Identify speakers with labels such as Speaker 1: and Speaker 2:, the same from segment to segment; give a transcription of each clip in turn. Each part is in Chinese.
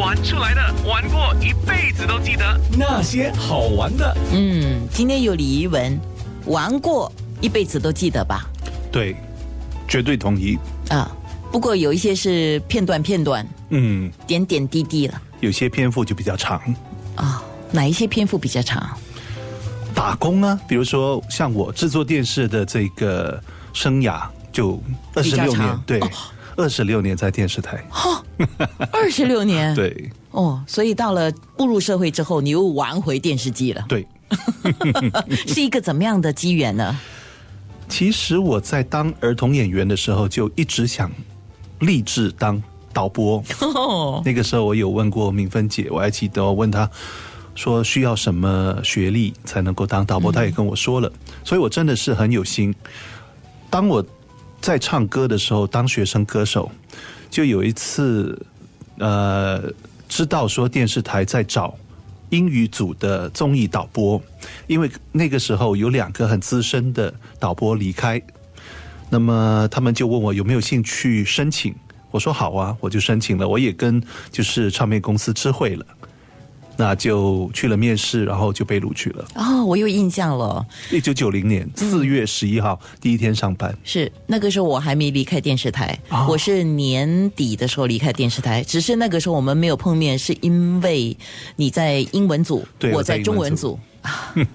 Speaker 1: 玩出来的，玩过一辈子都记得。
Speaker 2: 那些好玩的，
Speaker 3: 嗯，今天有李怡文，玩过一辈子都记得吧？
Speaker 4: 对，绝对同意。
Speaker 3: 啊，不过有一些是片段片段，
Speaker 4: 嗯，
Speaker 3: 点点滴滴了
Speaker 4: 有些篇幅就比较长。
Speaker 3: 啊。哪一些篇幅比较长？
Speaker 4: 打工啊，比如说像我制作电视的这个生涯，就二
Speaker 3: 比
Speaker 4: 十
Speaker 3: 较
Speaker 4: 六年
Speaker 3: 长，哦
Speaker 4: 对，二十六年在电视台，
Speaker 3: 二十六年。。
Speaker 4: 对
Speaker 3: 哦，所以到了步入社会之后，你又玩回电视机了，
Speaker 4: 对。
Speaker 3: 是一个怎么样的机缘呢？
Speaker 4: 其实我在当儿童演员的时候，就一直想立志当导播。
Speaker 3: 哦，
Speaker 4: 那个时候我有问过敏芬姐，我还记得我问她说需要什么学历才能够当导播，她也跟我说了，所以我真的是很有心。当我在唱歌的时候，当学生歌手，就有一次，呃，知道说电视台在找英语组的综艺导播，因为那个时候有两个很资深的导播离开，那么他们就问我有没有兴趣申请，我说好啊，我就申请了，我也跟就是唱片公司知会了。那就去了面试，然后就被录取了。
Speaker 3: 哦，我有印象了，
Speaker 4: 一九九零年四月十一号、第一天上班，
Speaker 3: 是那个时候我还没离开电视台，
Speaker 4: 哦
Speaker 3: 我是年底的时候离开电视台，只是那个时候我们没有碰面，是因为你在英文组，
Speaker 4: 对
Speaker 3: 我
Speaker 4: 我在
Speaker 3: 在
Speaker 4: 英文
Speaker 3: 中文
Speaker 4: 组
Speaker 3: 组啊。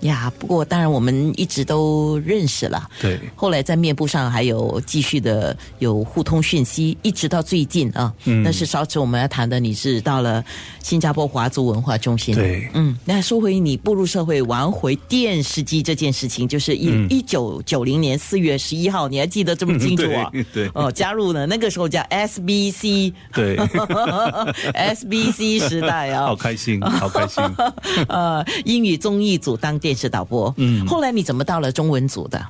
Speaker 3: 呀，不过当然我们一直都认识了，
Speaker 4: 对
Speaker 3: 后来在面部上还有继续的有互通讯息，一直到最近啊，嗯，但是稍迟我们要谈的，你是到了新加坡华族文化中心，
Speaker 4: 对
Speaker 3: 嗯，那说回你步入社会玩回电视机这件事情，就是一
Speaker 4: 嗯
Speaker 3: 一九九零年四月十一号，你还记得这么清楚啊？
Speaker 4: 对对
Speaker 3: 哦，加入了那个时候叫 SBC
Speaker 4: 对，
Speaker 3: SBC 时代啊、
Speaker 4: 好开心，好开心。
Speaker 3: 呃，英语综艺组当电视导播，嗯，后来你怎么到了中文组的？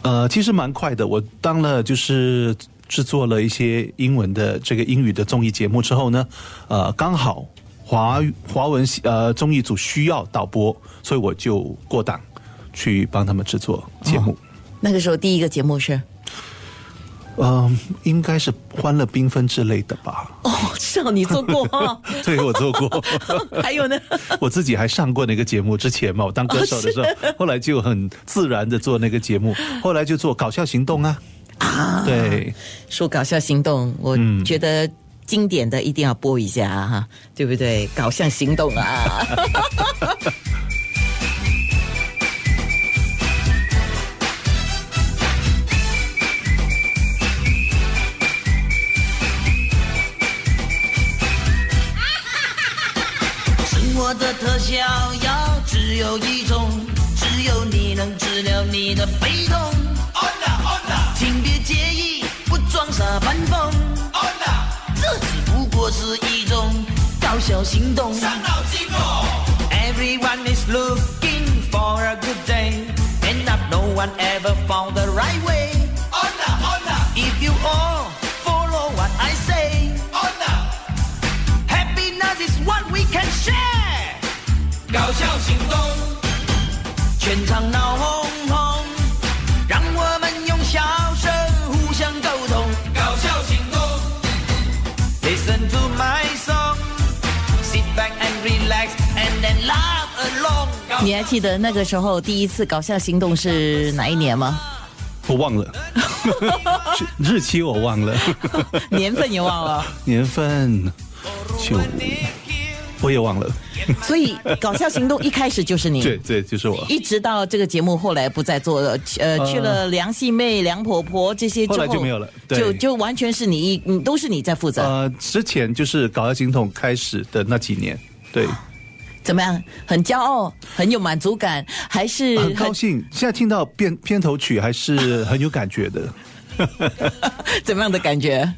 Speaker 4: 呃，其实蛮快的。我当了就是制作了一些英文的这个英语的综艺节目之后呢，呃，刚好华华文呃综艺组需要导播，所以我就过档去帮他们制作节目。
Speaker 3: 那个时候第一个节目是
Speaker 4: 嗯、应该是《欢乐缤纷》之类的 吧？
Speaker 3: 哦，少你做过、 哦，
Speaker 4: 对，我做 过，
Speaker 3: 还有呢，
Speaker 4: 我自己还上过那个节目。之前嘛，我当歌手的 时候，后来就很自然的做那个节目，后来就做搞笑行动啊。啊，对，
Speaker 3: 说搞笑行动，我
Speaker 4: 嗯
Speaker 3: 觉得经典的一定要播一下啊哈、对不对？搞笑行动啊。
Speaker 5: 生活的特效药只有一种，只有你能治疗你的悲痛。请别介意，不装傻扮疯，这只不过是一种搞笑行动。
Speaker 6: Everyone is looking for a good day, and not no one ever found the right way.
Speaker 5: If you all follow what I say, happiness is what we can share。
Speaker 6: 搞笑行动，
Speaker 5: 全场闹哄哄，让我们用笑声互相沟通。
Speaker 6: 搞笑行动，
Speaker 5: Listen to my song, sit back and relax and then laugh along.
Speaker 3: 你还记得那个时候第一次搞笑行动是哪一年吗？
Speaker 4: 我忘了， 日日期我 忘了，
Speaker 3: 年份也忘了。
Speaker 4: 年份就我也忘了。
Speaker 3: 所以搞笑行动一开始就是你。
Speaker 4: 对对，就是我。
Speaker 3: 一直到这个节目后来不再做了，呃，去了梁细妹、梁婆婆这些之后，
Speaker 4: 后来就没有了对
Speaker 3: 就就完全是你一，你都是你在负责，
Speaker 4: 呃，之前就是搞笑行动开始的那几年，对，
Speaker 3: 怎么样？很骄傲，很有满足感，还是
Speaker 4: 很高兴。现在听到片片头曲还是很有感觉的，
Speaker 3: 很 怎么样的感觉？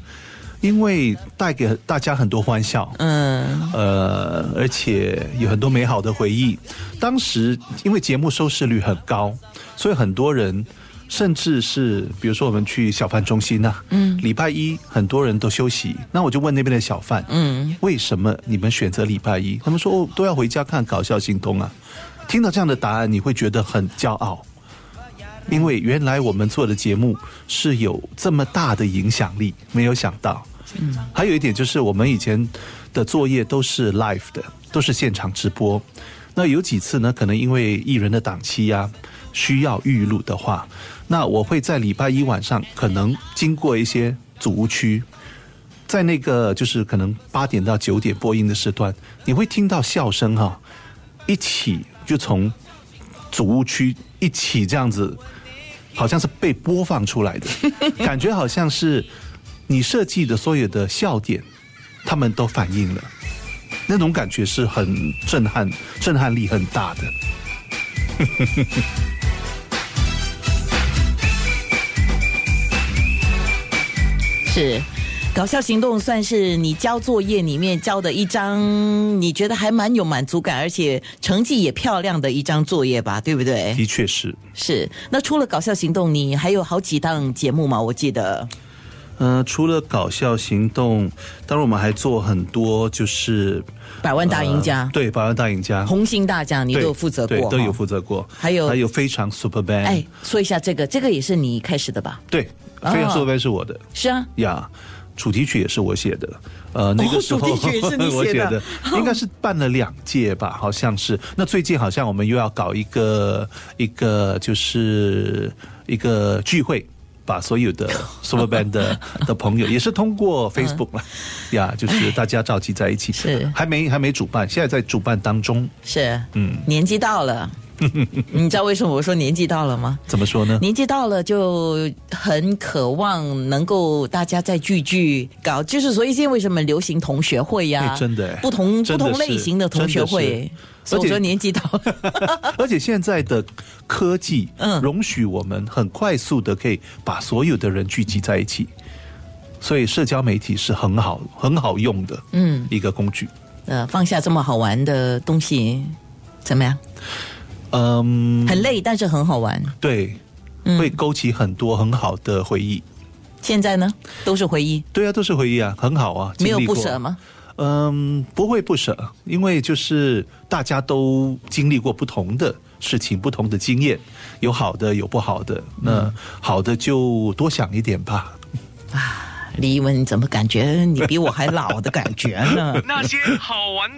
Speaker 4: 因为带给大家很多欢笑。
Speaker 3: 嗯，
Speaker 4: 呃，而且有很多美好的回忆。当时因为节目收视率很高，所以很多人，甚至是比如说我们去小贩中心呐、嗯，礼拜一很多人都休息，那我就问那边的小贩，嗯，为什么你们选择礼拜一？他们说哦，都要回家看《搞笑行动》啊。听到这样的答案，你会觉得很骄傲。因为原来我们做的节目是有这么大的影响力，没有想到。还有一点就是，我们以前的作业都是 live 的，都是现场直播。那有几次呢，可能因为艺人的档期呀、需要预录的话，那我会在礼拜一晚上可能经过一些组屋区，在那个就是可能八点到九点播音的时段，你会听到笑声哈、一起就从主务区一起这样子，好像是被播放出来 的感觉，好像是你设计的所有的笑点，他们都反映了，那种感觉是很震撼，震撼力很大的。
Speaker 3: 是。搞笑行动算是你交作业里面交的一张，你觉得还蛮有满足感，而且成绩也漂亮的一张作业吧，对不对？
Speaker 4: 的确是，
Speaker 3: 是。那除了搞笑行动，你还有好几档节目嘛？我记得
Speaker 4: 呃，除了搞笑行动，当然我们还做很多就是
Speaker 3: 《百万大赢家
Speaker 4: 呃》对，百万大赢家，
Speaker 3: 红星大奖，你都
Speaker 4: 对
Speaker 3: 有负责过
Speaker 4: 对，
Speaker 3: 哈，
Speaker 4: 都有负责嗯过，
Speaker 3: 还有
Speaker 4: 还有非常 Super Band，
Speaker 3: 哎，说一下这个，这个也是你开始的吧？
Speaker 4: 对，非常
Speaker 3: 哦
Speaker 4: Super Band 是我的，
Speaker 3: 是啊，
Speaker 4: 呀，主题曲也是我写的。呃，那个时候、
Speaker 3: 哦主题曲也是你
Speaker 4: 我
Speaker 3: 写
Speaker 4: 写
Speaker 3: 的哦
Speaker 4: 的，应该是办了两届吧，好像是。那最近好像我们又要搞一个一个就是一个聚会。把所有的 Super Band 的的朋友，也是通过 Facebook 了呀，就是大家召集在一起，
Speaker 3: 嗯是
Speaker 4: 还没还没主办，现在在主办当中。
Speaker 3: 是，嗯，年纪 到了，你知道为什么我说年纪到了吗？
Speaker 4: 怎么说呢？
Speaker 3: 年纪到了就很渴望能够大家再聚聚，搞就是所以现在为什么流行同学会呀、
Speaker 4: 哎真的哎
Speaker 3: 不同不
Speaker 4: 真的
Speaker 3: 同
Speaker 4: 是
Speaker 3: 类型的同学
Speaker 4: 真的
Speaker 3: 会
Speaker 4: 是，
Speaker 3: 所以我
Speaker 4: 而且
Speaker 3: 说年纪到了，
Speaker 4: 而且现在的科技，
Speaker 3: 嗯
Speaker 4: 容许我们很快速的可以把所有的人聚集在一起，所以社交媒体是很好很好用的，嗯，一个工具。
Speaker 3: 呃，放下这么好玩的东西，怎么样？
Speaker 4: 嗯，
Speaker 3: 很累，但是很好玩。
Speaker 4: 对，
Speaker 3: 嗯
Speaker 4: 会勾起很多很好的回忆。
Speaker 3: 现在呢，都是回忆，
Speaker 4: 对啊，都是回忆啊，很好啊，
Speaker 3: 没有
Speaker 4: 经历
Speaker 3: 不
Speaker 4: 过
Speaker 3: 舍？吗？
Speaker 4: 嗯，不会不舍，因为就是大家都经历过不同的事情、不同的经验，有好的，有不好的。那
Speaker 3: 嗯
Speaker 4: 好的就多想一点吧，
Speaker 3: 李一文，你怎么感觉你比我还老的感觉呢？
Speaker 1: 那些好玩的。